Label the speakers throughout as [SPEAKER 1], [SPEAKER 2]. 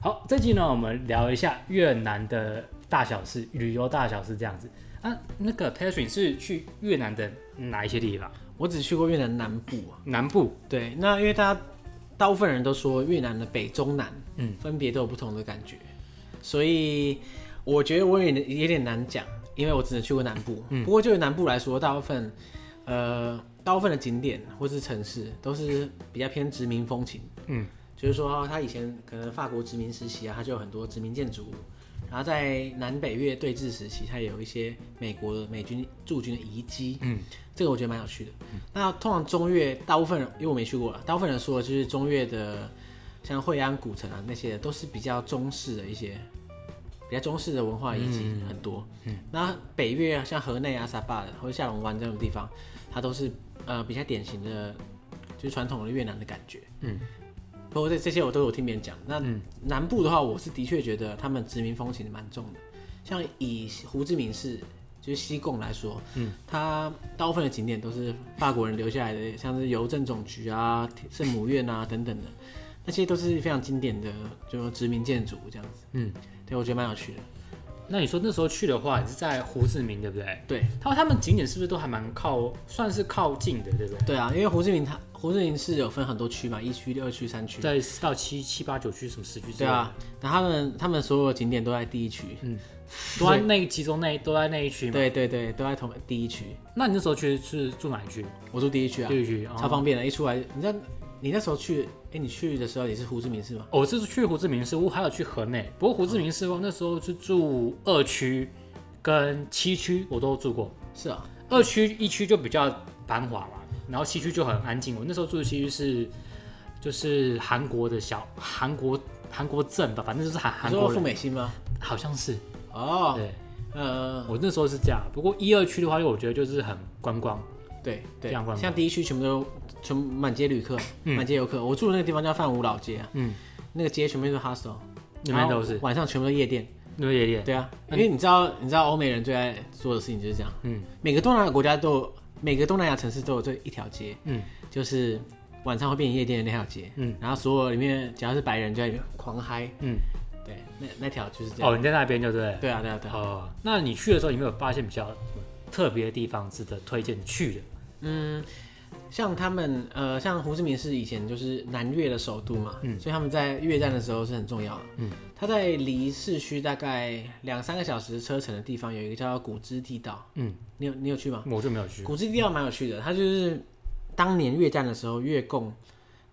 [SPEAKER 1] 好，这集呢，我们聊一下越南的大小事，旅游大小事这样子。啊，那个 Catherine 是去越南的哪一些地方？
[SPEAKER 2] 我只去过越南南部啊。
[SPEAKER 1] 南部，
[SPEAKER 2] 对，那因为大家大部分人都说越南的北中南，
[SPEAKER 1] 嗯
[SPEAKER 2] 嗯，分别都有不同的感觉，所以我觉得我也有点难讲，因为我只能去过南部。
[SPEAKER 1] 嗯
[SPEAKER 2] 不过就南部来说，大部分呃大部分的景点或是城市都是比较偏殖民风情，
[SPEAKER 1] 嗯，
[SPEAKER 2] 就是说哦它以前可能法国殖民时期啊，它就有很多殖民建筑物。然后在南北越对峙时期，它也有一些美国的美军驻军的遗迹，
[SPEAKER 1] 嗯，
[SPEAKER 2] 这个我觉得蛮有趣的。嗯那通常中越大部分人，因为我没去过了，大部分人说的就是中越的，像惠安古城啊那些，都是比较中式的一些，比较中式的文化遗迹很多。嗯，那北越啊像河内啊、沙巴或者下龙湾这种地方，它都是呃比较典型的，就是传统的越南的感觉。
[SPEAKER 1] 嗯，
[SPEAKER 2] 不过这这些我都有听别人讲。那南部的话，我是的确觉得他们殖民风情蛮重的，像以胡志明市。就是西贡来说，它大部分的景点都是法国人留下来的，像是邮政总局啊、圣母院啊等等的，那些都是非常经典的，就殖民建筑这样子。
[SPEAKER 1] 嗯，
[SPEAKER 2] 对，我觉得蛮有趣的。
[SPEAKER 1] 那你说那时候去的话，你是在胡志明对不对？
[SPEAKER 2] 对，
[SPEAKER 1] 他他们景点是不是都还蛮靠，算是靠近的，对不对？
[SPEAKER 2] 对啊，因为胡志明它胡志明市有分很多区嘛，一区、二区、三区。
[SPEAKER 1] 在四到七七八九区什么十区之类
[SPEAKER 2] 对
[SPEAKER 1] 的，
[SPEAKER 2] 啊，那他们他们所有的景点都在第一区。
[SPEAKER 1] 都在那集中那都在那一区嘛。
[SPEAKER 2] 对对对，都在同第一区。
[SPEAKER 1] 那你那时候去是住哪一区？
[SPEAKER 2] 我住第一区啊，
[SPEAKER 1] 第一区。哦
[SPEAKER 2] 超方便的。一出来，你知道你那时候去，哎，你去的时候也是胡志明市吗？
[SPEAKER 1] 哦我这次去胡志明市，我还有去河内。不过胡志明市我那时候是住二区跟七区，我都住过。
[SPEAKER 2] 是啊，
[SPEAKER 1] 二区一区就比较繁华嘛，然后七区就很安静。我那时候住的区是就是韩国的小韩国韩国镇吧，反正就是韩
[SPEAKER 2] 你
[SPEAKER 1] 韩
[SPEAKER 2] 说
[SPEAKER 1] 国
[SPEAKER 2] 富
[SPEAKER 1] 人，
[SPEAKER 2] 美心吗？
[SPEAKER 1] 好像是。
[SPEAKER 2] 哦，
[SPEAKER 1] 对，
[SPEAKER 2] 呃，
[SPEAKER 1] 我那时候是这样。不过一二区的话，我觉得就是很观光。
[SPEAKER 2] 对
[SPEAKER 1] 这
[SPEAKER 2] 对
[SPEAKER 1] 样观，
[SPEAKER 2] 像第一区全部都全部满街旅客，满街游客。我住的那个地方叫范武老街啊，
[SPEAKER 1] 嗯，
[SPEAKER 2] 那个街全部都是 hostel，
[SPEAKER 1] 那边都是
[SPEAKER 2] 然后晚上全部都夜店。
[SPEAKER 1] 那边也点，
[SPEAKER 2] 对啊，因为你知道，你知道欧美人最爱做的事情就是这样。
[SPEAKER 1] 嗯，
[SPEAKER 2] 每个东南亚国家都有，每个东南亚城市都有这一条街，
[SPEAKER 1] 嗯，
[SPEAKER 2] 就是晚上会变成夜店的那条街。
[SPEAKER 1] 嗯，
[SPEAKER 2] 然后所有里面只要是白人就在里面狂嗨。
[SPEAKER 1] 嗯，
[SPEAKER 2] 对，那那条就是这样。
[SPEAKER 1] 哦，你在那边就对了。
[SPEAKER 2] 对啊，对啊，对啊。
[SPEAKER 1] 哦，那你去的时候有没有发现比较特别的地方值得推荐去的？
[SPEAKER 2] 像他们呃，像胡志明市以前就是南越的首都嘛，所以他们在越战的时候是很重要的。嗯，它在离市区大概两三个小时车程的地方有一个叫古芝地道。
[SPEAKER 1] 嗯，
[SPEAKER 2] 你有你有去吗？
[SPEAKER 1] 我就没有去。
[SPEAKER 2] 古芝地道蛮有趣的，它就是当年越战的时候，越共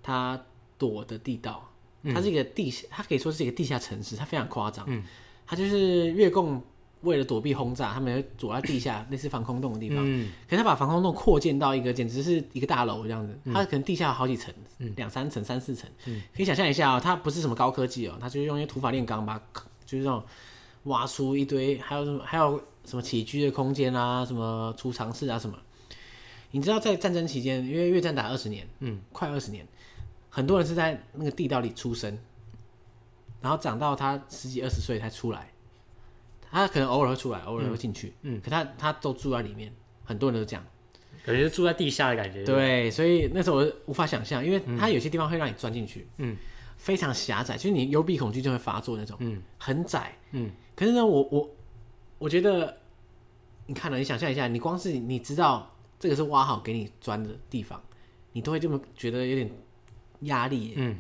[SPEAKER 2] 他躲的地道，它是一个地下，它可以说是一个地下城市，它非常夸张。嗯，它就是越共为了躲避轰炸，他们会躲在地下类似防空洞的地方。
[SPEAKER 1] 嗯
[SPEAKER 2] 可是他把防空洞扩建到一个简直是一个大楼这样子，它可能地下有好几层，两、三层、三四层，可以想象一下哦，它不是什么高科技哦，它就是用一些土法炼钢把它，就是那种挖出一堆，还有什么还有什么起居的空间啊，什么储藏室啊什么。你知道在战争期间，因为越战打二十年，嗯，快二十年，很多人是在那个地道里出生，然后长到他十几二十岁才出来。他可能偶尔会出来，偶尔会进去，嗯，可他他都住在里面，很多人都这样。
[SPEAKER 1] 感觉是住在地下的感觉。，嗯
[SPEAKER 2] 对，所以那时候我无法想象，因为它有些地方会让你钻进去，嗯，非常狭窄，就是你幽闭恐惧就会发作那种，嗯，很窄，
[SPEAKER 1] 嗯。
[SPEAKER 2] 可是呢，我我我觉得，你看了，你想象一下，你光是你知道这个是挖好给你钻的地方，你都会这么觉得有点压力，
[SPEAKER 1] 嗯。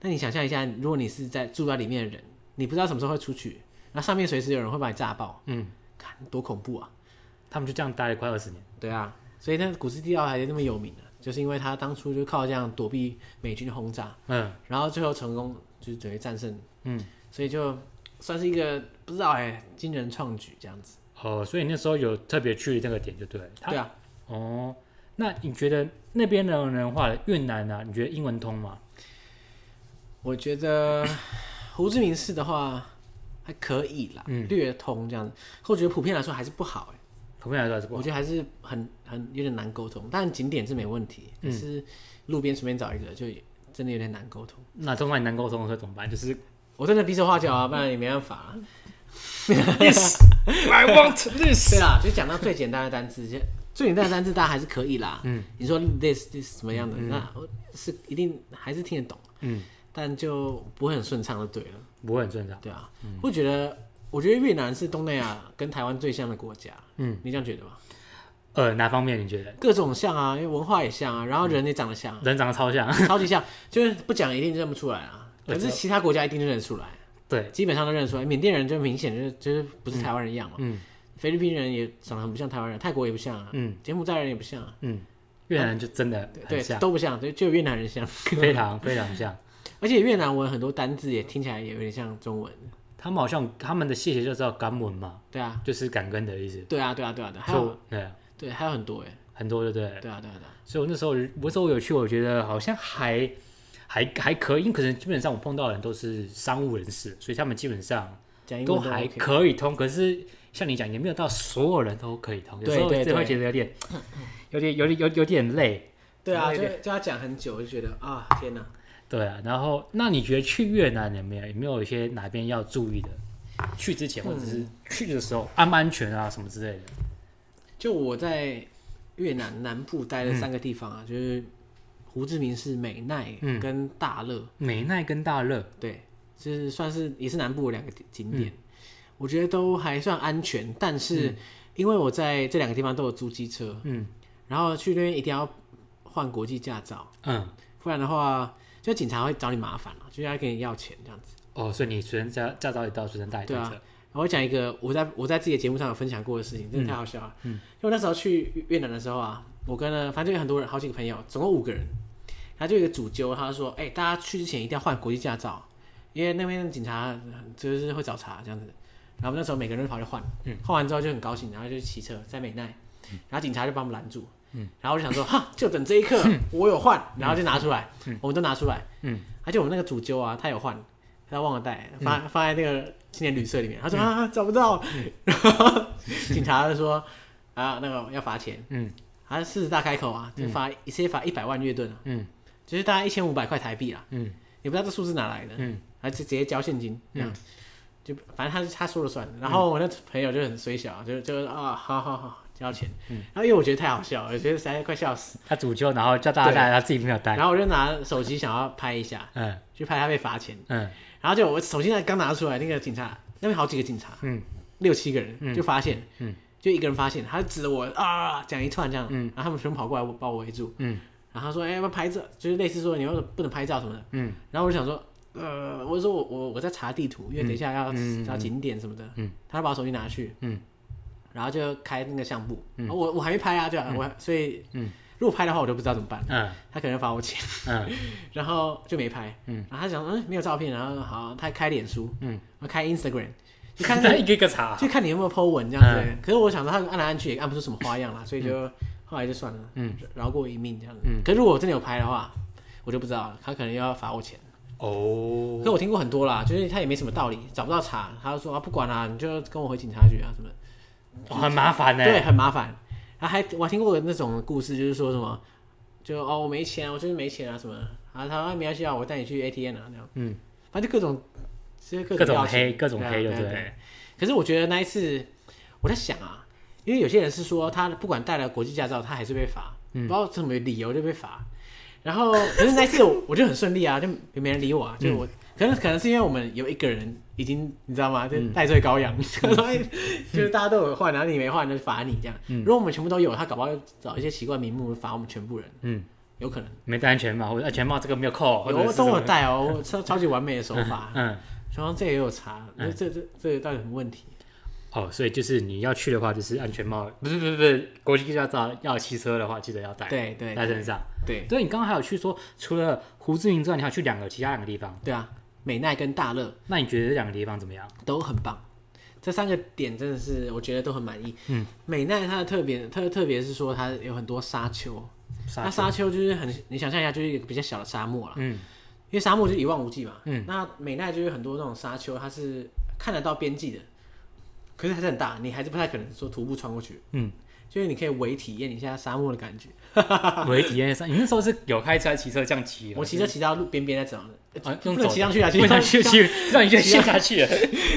[SPEAKER 2] 那你想象一下，如果你是在住在里面的人，你不知道什么时候会出去，那上面随时有人会把你炸爆，
[SPEAKER 1] 嗯，
[SPEAKER 2] 看多恐怖啊！
[SPEAKER 1] 他们就这样待了快二十年。
[SPEAKER 2] 对啊，所以那古斯地道还是那么有名的、就是因为他当初就靠这样躲避美军轰炸，
[SPEAKER 1] 嗯，
[SPEAKER 2] 然后最后成功就是等于战胜，嗯，所以就算是一个不知道哎、惊人创举这样子。
[SPEAKER 1] 哦，所以那时候有特别去那个点就对了。它
[SPEAKER 2] 对啊，
[SPEAKER 1] 哦，那你觉得那边的人话，越南啊，你觉得英文通吗？
[SPEAKER 2] 我觉得胡志明市的话还可以啦，略通这样子，可我觉得普遍来说还是不好、哎，
[SPEAKER 1] 普遍来说还是不
[SPEAKER 2] 我
[SPEAKER 1] 好。
[SPEAKER 2] 觉得还是很很有点难沟通，但景点是没问题，可是路边随便找一个就真的有点难沟通。
[SPEAKER 1] 那通常你难沟通的时候怎么办？就是
[SPEAKER 2] 我真的比手画脚啊，不然也没办法、啊。
[SPEAKER 1] this I want this。
[SPEAKER 2] 对啦，就讲到最简单的单词， 就最简单的单词大家还是嗯可以啦。嗯，你说 this this 什么样的，那我是一定还是听得懂。嗯，但就不会很顺畅，就对了。
[SPEAKER 1] 不会很正常。
[SPEAKER 2] 对啊，会觉得，我觉得越南是东南亚跟台湾最像的国家。
[SPEAKER 1] 嗯，
[SPEAKER 2] 你这样觉得吗？
[SPEAKER 1] 呃，哪方面你觉得？
[SPEAKER 2] 各种像啊，因为文化也像啊，然后人也长得像 啊，
[SPEAKER 1] 人长得超像，
[SPEAKER 2] 超级像，就是不讲一定认不出来啊。可是其他国家一定认得出来，
[SPEAKER 1] 对，
[SPEAKER 2] 基本上都认得出来。缅甸人就明显就是就是不是台湾人一样嘛，
[SPEAKER 1] 嗯
[SPEAKER 2] 菲律宾人也长得很不像台湾人，泰国也不像啊，
[SPEAKER 1] 嗯
[SPEAKER 2] 柬埔寨人也不像啊，
[SPEAKER 1] 嗯，越南人就真的很
[SPEAKER 2] 对，
[SPEAKER 1] 像，
[SPEAKER 2] 都不像，对，就有越南人像。
[SPEAKER 1] 非常非常像。
[SPEAKER 2] 而且越南文很多单字也听起来也有点像中文，
[SPEAKER 1] 他们好像他们的谢谢就知道感文嘛，
[SPEAKER 2] 对啊，
[SPEAKER 1] 就是感恩的意思。
[SPEAKER 2] 对啊，对啊，对啊，对啊，还
[SPEAKER 1] 所以
[SPEAKER 2] 有
[SPEAKER 1] 我对啊，
[SPEAKER 2] 对，还有很多哎，
[SPEAKER 1] 很多对不对？
[SPEAKER 2] 对啊，对啊，对啊，
[SPEAKER 1] 所以我那时候我那时候有去，我觉得好像还还还可以，因为可能基本上我碰到的人都是商务人士，所以他们基本上
[SPEAKER 2] 啊讲英
[SPEAKER 1] 都
[SPEAKER 2] 文都
[SPEAKER 1] 还
[SPEAKER 2] OK，
[SPEAKER 1] 可以通。可是像你讲，也没有到所有人都可以通，有
[SPEAKER 2] 对
[SPEAKER 1] 时候
[SPEAKER 2] 对
[SPEAKER 1] 就会
[SPEAKER 2] 对
[SPEAKER 1] 觉得有点 有点有点有有点累。
[SPEAKER 2] 对啊，
[SPEAKER 1] 对
[SPEAKER 2] 就
[SPEAKER 1] 对
[SPEAKER 2] 就要讲很久，我就觉得啊，天哪，
[SPEAKER 1] 对啊，然后那你觉得去越南有没有有没有一些哪边要注意的？去之前或者是去的时候安不安全啊什么之类的？
[SPEAKER 2] 就我在越南南部待了三个地方啊，就是胡志明市、美奈
[SPEAKER 1] 嗯
[SPEAKER 2] 跟大乐，
[SPEAKER 1] 美奈跟大热，
[SPEAKER 2] 对，就是算是也是南部的两个景点，我觉得都还算安全。但是因为我在这两个地方都有租机车，
[SPEAKER 1] 嗯
[SPEAKER 2] 然后去那边一定要换国际驾照，
[SPEAKER 1] 嗯，
[SPEAKER 2] 不然的话，就警察会找你麻烦了、就要跟你要钱这样子。
[SPEAKER 1] 哦，所以你随身驾驾照也到随身带一台
[SPEAKER 2] 对啊
[SPEAKER 1] 车，
[SPEAKER 2] 我讲一个我在我在自己的节目上有分享过的事情，真的太好笑了。嗯，因为那时候去越南的时候啊，我跟了反正有很多人，好几个朋友，总共五个人，然后就有一个主揪，他说：“哎、大家去之前一定要换国际驾照，因为那边的警察呃就是会找茬这样子。”然后我们那时候每个人都跑去换，嗯，换完之后就很高兴，然后就骑车在美奈，然后警察就把我们拦住，嗯，然后我就想说：“哈，就等这一刻，我有换。”然后就拿出来，我们都拿出来，
[SPEAKER 1] 嗯，
[SPEAKER 2] 而且我们那个主揪啊，他有换。他忘了带，放放在那个青年旅社里面。
[SPEAKER 1] 嗯
[SPEAKER 2] 他说、啊，找不到， 然后警察就说啊，那个要罚钱。
[SPEAKER 1] 嗯，
[SPEAKER 2] 他狮子大开口啊，就罚一次罚一百万越盾啊，
[SPEAKER 1] 嗯
[SPEAKER 2] 就是大概一千五百块台币啊，
[SPEAKER 1] 嗯
[SPEAKER 2] 也不知道这数字哪来的，
[SPEAKER 1] 嗯，
[SPEAKER 2] 还就直接交现金这样。就反正他他说了算，
[SPEAKER 1] 嗯
[SPEAKER 2] 然后我那朋友就很虽小，就就啊，好好好，交钱。
[SPEAKER 1] 嗯
[SPEAKER 2] 然后因为我觉得太好笑了，我觉得实在快笑死，
[SPEAKER 1] 他主揪，然后叫大家带，他自己没有带
[SPEAKER 2] 然，后我就拿手机想要拍一下，
[SPEAKER 1] 嗯
[SPEAKER 2] 去拍他被罚钱，
[SPEAKER 1] 嗯
[SPEAKER 2] 然后就我手机那刚拿出来，那个警察那边好几个警察，
[SPEAKER 1] 嗯，
[SPEAKER 2] 六七个人就发现，
[SPEAKER 1] 嗯
[SPEAKER 2] 就一个人发现，他就指着我啊讲一串这样，
[SPEAKER 1] 嗯
[SPEAKER 2] 然后他们全部跑过来把我围住，
[SPEAKER 1] 嗯
[SPEAKER 2] 然后他说哎、要不要拍照，就是类似说你要不能拍照什么的，
[SPEAKER 1] 嗯
[SPEAKER 2] 然后我就想说呃，我就说我我我在查地图，因为等一下要、
[SPEAKER 1] 嗯嗯嗯
[SPEAKER 2] 要景点什么的，
[SPEAKER 1] 嗯
[SPEAKER 2] 他就把我手机拿去，
[SPEAKER 1] 嗯
[SPEAKER 2] 然后就开那个相簿，
[SPEAKER 1] 嗯
[SPEAKER 2] 我我还没拍啊，对啊，我所以
[SPEAKER 1] 嗯
[SPEAKER 2] 如果拍的话我就不知道怎么办，
[SPEAKER 1] 嗯
[SPEAKER 2] 他可能罚我钱。
[SPEAKER 1] 嗯
[SPEAKER 2] 然后就没拍，
[SPEAKER 1] 嗯
[SPEAKER 2] 嗯，然后他想，嗯，没有照片，然后好，他开脸书，
[SPEAKER 1] 嗯
[SPEAKER 2] 嗯，开 Instagram，就看
[SPEAKER 1] 看 他一个一个查，
[SPEAKER 2] 就看你有没有 po 文这样子。可是我想说，他按来按去也按不出什么花样 啦，所以就后来就算了，
[SPEAKER 1] 嗯
[SPEAKER 2] 嗯，饶过我一命这样子。
[SPEAKER 1] 嗯
[SPEAKER 2] 可是如果我真的有拍的话，我就不知道了，他可能又要罚我钱。
[SPEAKER 1] 哦
[SPEAKER 2] 可，我听过很多啦，就是他也没什么道理，找不到茬，他就说啊，不管啦，你就跟我回警察局啊什么的。
[SPEAKER 1] 哦很麻烦呢，
[SPEAKER 2] 对，很麻烦。然后还我还听过那种故事，就是说什么，就哦我没钱啊，我就是没钱啊什么的。啊，他说啊没关系啊，我带你去 ATM 啊那样。
[SPEAKER 1] 嗯，
[SPEAKER 2] 反正就各种，就是各
[SPEAKER 1] 各
[SPEAKER 2] 种
[SPEAKER 1] 种
[SPEAKER 2] 要钱
[SPEAKER 1] 黑各种黑
[SPEAKER 2] 对
[SPEAKER 1] 就
[SPEAKER 2] 啊
[SPEAKER 1] 对
[SPEAKER 2] 对啊对啊可是我觉得那一次，我在想啊，因为有些人是说他不管带了国际驾照，他还是被罚，
[SPEAKER 1] 嗯
[SPEAKER 2] 不知道什么理由就被罚。然后可是那一次我我就很顺利啊，就也没人理我啊，
[SPEAKER 1] 嗯
[SPEAKER 2] 就我。可能可能是因为我们有一个人已经你知道吗？
[SPEAKER 1] 嗯
[SPEAKER 2] 就戴罪羔羊，所以就是大家都有换，然后你没换，那就罚你这样。
[SPEAKER 1] 嗯
[SPEAKER 2] 如果我们全部都有，他搞不好找一些奇怪名目罚我们全部人，
[SPEAKER 1] 嗯，
[SPEAKER 2] 有可能。
[SPEAKER 1] 没戴安全帽，或者安全帽这个没有扣，或者
[SPEAKER 2] 有
[SPEAKER 1] 是
[SPEAKER 2] 都
[SPEAKER 1] 什
[SPEAKER 2] 有
[SPEAKER 1] 么
[SPEAKER 2] 带哦，我超超级完美的手法。
[SPEAKER 1] 嗯。
[SPEAKER 2] 然后这也有查，
[SPEAKER 1] 哎
[SPEAKER 2] 那这这这个到底有什么问题？
[SPEAKER 1] 哦，所以就是你要去的话，就是安全帽，不是不是不是，国际驾照要骑车的话，记得要带，
[SPEAKER 2] 对对
[SPEAKER 1] 带身上。
[SPEAKER 2] 对
[SPEAKER 1] 对，你刚刚还有去说，除了胡志明之外，你还有去两个其他两个地方，
[SPEAKER 2] 对啊，美奈跟大乐
[SPEAKER 1] 那你觉得这两个地方怎么样？
[SPEAKER 2] 都很棒，这三个点真的是我觉得都很满意。
[SPEAKER 1] 嗯，
[SPEAKER 2] 美奈它的特别特特别是说它有很多沙丘，
[SPEAKER 1] 沙
[SPEAKER 2] 那沙丘就是很你想象一下，就是一个比较小的沙漠啦。
[SPEAKER 1] 嗯
[SPEAKER 2] 因为沙漠就一望无际嘛。
[SPEAKER 1] 嗯，
[SPEAKER 2] 那美奈就是很多那种沙丘，它是看得到边际的，可是还是很大，你还是不太可能说徒步穿过去。
[SPEAKER 1] 嗯，
[SPEAKER 2] 就是你可以微体验一下沙漠的感觉。
[SPEAKER 1] 我也体验上，你那时候是有开车、骑车这样骑吗？
[SPEAKER 2] 我骑车骑到路边边在走的，
[SPEAKER 1] 啊，
[SPEAKER 2] 不
[SPEAKER 1] 用
[SPEAKER 2] 能
[SPEAKER 1] 走
[SPEAKER 2] 骑
[SPEAKER 1] 的
[SPEAKER 2] 上去啊！骑
[SPEAKER 1] 不
[SPEAKER 2] 上
[SPEAKER 1] 想去
[SPEAKER 2] 骑
[SPEAKER 1] 去，让你就陷下 去了，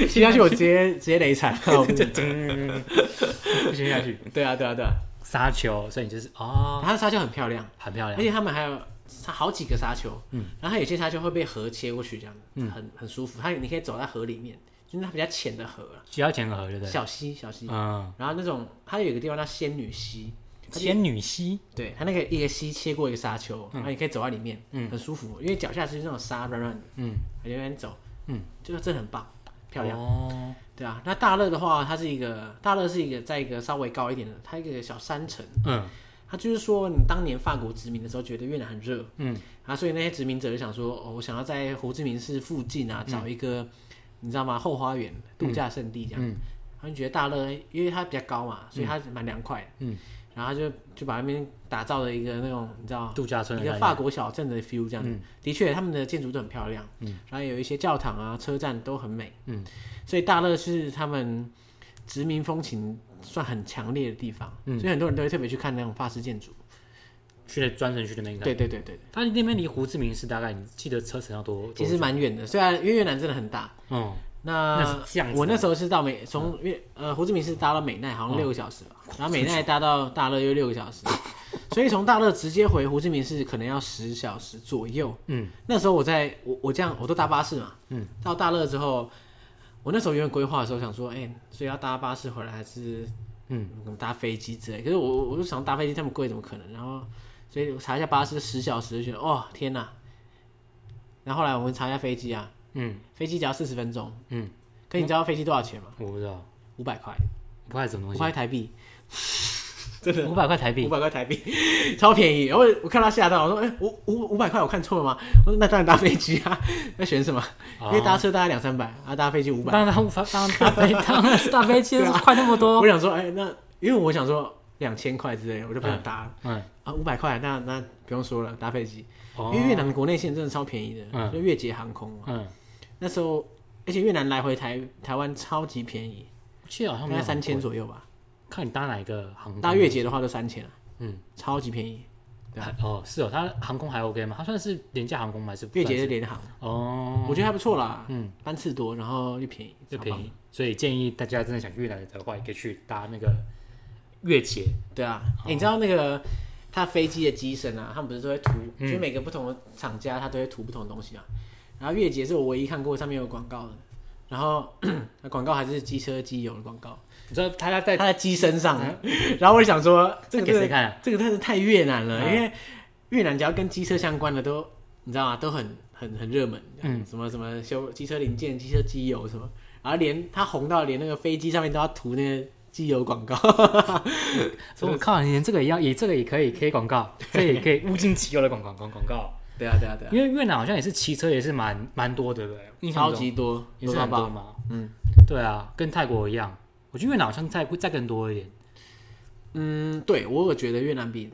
[SPEAKER 2] 骑上去我直接直接雷惨。我跟你讲
[SPEAKER 1] 陷下去。
[SPEAKER 2] 对啊对啊对啊，
[SPEAKER 1] 沙丘，所以你就是哦，啊
[SPEAKER 2] 它的沙丘很漂亮，
[SPEAKER 1] 很漂
[SPEAKER 2] 而
[SPEAKER 1] 亮。
[SPEAKER 2] 且他们还有它好几个沙丘，嗯，然后它有些沙丘会被河切过去，这样，嗯，很很舒服。它你可以走在河里面，就是它比较浅的河啊，
[SPEAKER 1] 比较浅的河，对不对？
[SPEAKER 2] 小溪小溪。
[SPEAKER 1] 嗯，
[SPEAKER 2] 然后那种它有一个地方叫仙女溪，
[SPEAKER 1] 仙女溪，
[SPEAKER 2] 对，它那个一个溪切过一个沙丘，然后你可以走在里面，嗯，很舒服，因为脚下是那种沙软软的，
[SPEAKER 1] 嗯，
[SPEAKER 2] 你在那边走，
[SPEAKER 1] 嗯，
[SPEAKER 2] 就是真的很棒，漂亮。
[SPEAKER 1] 哦，
[SPEAKER 2] 对啊，那大乐的话，它是一个大乐是一个在一个稍微高一点的，它一个小山城。
[SPEAKER 1] 嗯
[SPEAKER 2] 它就是说，你当年法国殖民的时候，觉得越南很热，
[SPEAKER 1] 嗯，
[SPEAKER 2] 啊，所以那些殖民者就想说，哦，我想要在胡志明市附近啊找一个，你知道吗？后花园度假胜地这样。
[SPEAKER 1] 嗯嗯
[SPEAKER 2] 他们觉得大乐，因为它比较高嘛，所以它蛮凉快的。
[SPEAKER 1] 嗯，
[SPEAKER 2] 然后他就就把那边打造了一个那种你知道
[SPEAKER 1] 度假村的嗯
[SPEAKER 2] 啊一个
[SPEAKER 1] 感觉
[SPEAKER 2] 法国小镇的 feel 这样子。的确，他们的建筑都很漂亮，嗯，然后有一些教堂啊、车站都很美，
[SPEAKER 1] 嗯，
[SPEAKER 2] 所以大乐是他们殖民风情算很强烈的地方，
[SPEAKER 1] 嗯
[SPEAKER 2] 所以很多人都会特别去看那种法式建筑。
[SPEAKER 1] 去了专程去那边看。
[SPEAKER 2] 对对对对，
[SPEAKER 1] 它那边离胡志明市大概你记得车程要多？多
[SPEAKER 2] 其实
[SPEAKER 1] 久
[SPEAKER 2] 蛮远的，虽然因为越南真的很大，
[SPEAKER 1] 嗯，
[SPEAKER 2] 那
[SPEAKER 1] 那是这样子嗯
[SPEAKER 2] 我那时候是到美，从越呃胡志明市搭到美奈，
[SPEAKER 1] 哦
[SPEAKER 2] 好像六个小时吧，然后美奈搭到大乐又六 个小时，所以从大乐直接回胡志明市可能要十小时左右。
[SPEAKER 1] 嗯，
[SPEAKER 2] 那时候我在我我这样我都搭巴士嘛，嗯，到大乐之后，我那时候原本规划的时候想说，哎、所以要搭巴士回来还是
[SPEAKER 1] 嗯
[SPEAKER 2] 搭飞机之类，可是我我我就想搭飞机这么贵怎么可能？然后所以我查一下巴士十小时就觉得哦天哪，然后后来我们查一下飞机啊，
[SPEAKER 1] 嗯，
[SPEAKER 2] 飞机只要四十分钟，
[SPEAKER 1] 嗯，
[SPEAKER 2] 可你知道飞机多少钱吗？
[SPEAKER 1] 我不知道，
[SPEAKER 2] 五百块，
[SPEAKER 1] 五百块是什么
[SPEAKER 2] 五
[SPEAKER 1] 东
[SPEAKER 2] 百
[SPEAKER 1] 西？
[SPEAKER 2] 块台币，
[SPEAKER 1] 五百块台
[SPEAKER 2] 五
[SPEAKER 1] 币，
[SPEAKER 2] 百块台币， 超便宜。然后我看他吓到，我说：“哎、五五五百块，我看错了吗？”我说：“那当然搭飞机啊， 那选什么？
[SPEAKER 1] 哦
[SPEAKER 2] 因为搭车大概两三百，啊，搭飞机五百。啊
[SPEAKER 1] 当然当然当然大飞当然是大飞机快那么”多
[SPEAKER 2] 我，想说：“哎、那因为我想说两千块之类的，我就不想搭了、
[SPEAKER 1] 嗯，
[SPEAKER 2] 啊，五百块，那那不用说了，搭飞机。
[SPEAKER 1] 哦
[SPEAKER 2] 因为越南的国内线真的超便宜的，
[SPEAKER 1] 嗯
[SPEAKER 2] 就越捷航空嘛。
[SPEAKER 1] 嗯，
[SPEAKER 2] 那时候，而且越南来回台台湾超级便宜，
[SPEAKER 1] 我记得好
[SPEAKER 2] 大
[SPEAKER 1] 像没
[SPEAKER 2] 概
[SPEAKER 1] 有
[SPEAKER 2] 三千
[SPEAKER 1] 很贵，
[SPEAKER 2] 左右吧。
[SPEAKER 1] 看你搭哪一个航空，
[SPEAKER 2] 搭越捷的话都三千了，
[SPEAKER 1] 嗯，
[SPEAKER 2] 超级便宜。对
[SPEAKER 1] 还哦是哦，它航空还 OK 吗？它算是廉价航空吗？还是不
[SPEAKER 2] 越
[SPEAKER 1] 算
[SPEAKER 2] 捷
[SPEAKER 1] 是
[SPEAKER 2] 是联航，
[SPEAKER 1] 哦，
[SPEAKER 2] 我觉得还不错啦，
[SPEAKER 1] 嗯，
[SPEAKER 2] 班次多，然后又便宜，
[SPEAKER 1] 就
[SPEAKER 2] 超
[SPEAKER 1] 便
[SPEAKER 2] 棒
[SPEAKER 1] 宜，所以建议大家真的想去越南的话，也可以去搭那个越捷，
[SPEAKER 2] 对啊，
[SPEAKER 1] 哦
[SPEAKER 2] 欸你知道那个它飞机的机身啊，他们不是都会涂，
[SPEAKER 1] 嗯
[SPEAKER 2] 就是每个不同的厂家它都会涂不同的东西啊。然后越捷是我唯一看过上面有广告的，然后 那广告还是机车机油的广告，
[SPEAKER 1] 你知道他在
[SPEAKER 2] 在
[SPEAKER 1] 在
[SPEAKER 2] 它的机身上。 然后我就想说，这
[SPEAKER 1] 这嗯
[SPEAKER 2] 个
[SPEAKER 1] 给
[SPEAKER 2] 真
[SPEAKER 1] 谁
[SPEAKER 2] 的
[SPEAKER 1] 看啊？
[SPEAKER 2] 这个真是太越南了，
[SPEAKER 1] 嗯
[SPEAKER 2] 因为越南只要跟机车相关的都，你知道吗？都很很很热门，嗯，什么什么修机车零件、机车机油什么，然后连它红到连那个飞机上面都要涂那个机油广告，
[SPEAKER 1] 所以我靠，你连这个也要，也这个也可以，可以广告，这也可以物尽其用的广广广广告。
[SPEAKER 2] 对啊对啊对啊，
[SPEAKER 1] 因为越南好像也是骑车也是蛮蛮多的，对不对？印象
[SPEAKER 2] 超
[SPEAKER 1] 中
[SPEAKER 2] 级多，
[SPEAKER 1] 也是
[SPEAKER 2] 到
[SPEAKER 1] 很多
[SPEAKER 2] 爆，
[SPEAKER 1] 嘛。
[SPEAKER 2] 嗯，
[SPEAKER 1] 对啊，跟泰国一样，我觉得越南好像再会再更多一点，
[SPEAKER 2] 嗯，对我有觉得越南比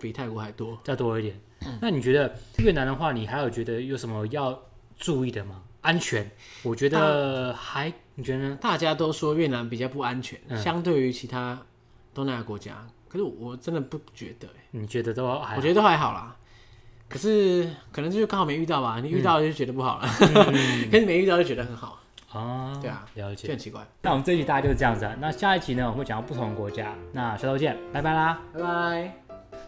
[SPEAKER 2] 比泰国还多，
[SPEAKER 1] 再多一点。那你觉得越南的话，你还有觉得有什么要注意的吗？安全，我觉得还，你觉得呢？
[SPEAKER 2] 大家都说越南比较不安全，
[SPEAKER 1] 嗯
[SPEAKER 2] 相对于其他东南亚国家，可是我我真的不觉得、欸
[SPEAKER 1] 你觉得都还
[SPEAKER 2] 我觉得都还好啦。可是可能就是刚好没遇到吧，你遇到就觉得不好了， 可是没遇到就觉得很好，
[SPEAKER 1] 啊？
[SPEAKER 2] 对啊，
[SPEAKER 1] 了
[SPEAKER 2] 就
[SPEAKER 1] 解。
[SPEAKER 2] 很奇怪。
[SPEAKER 1] 那我们这一集大概就是这样子、啊。那下一集呢，我们会讲到不同的国家。那下周见，拜拜啦。
[SPEAKER 2] 拜拜。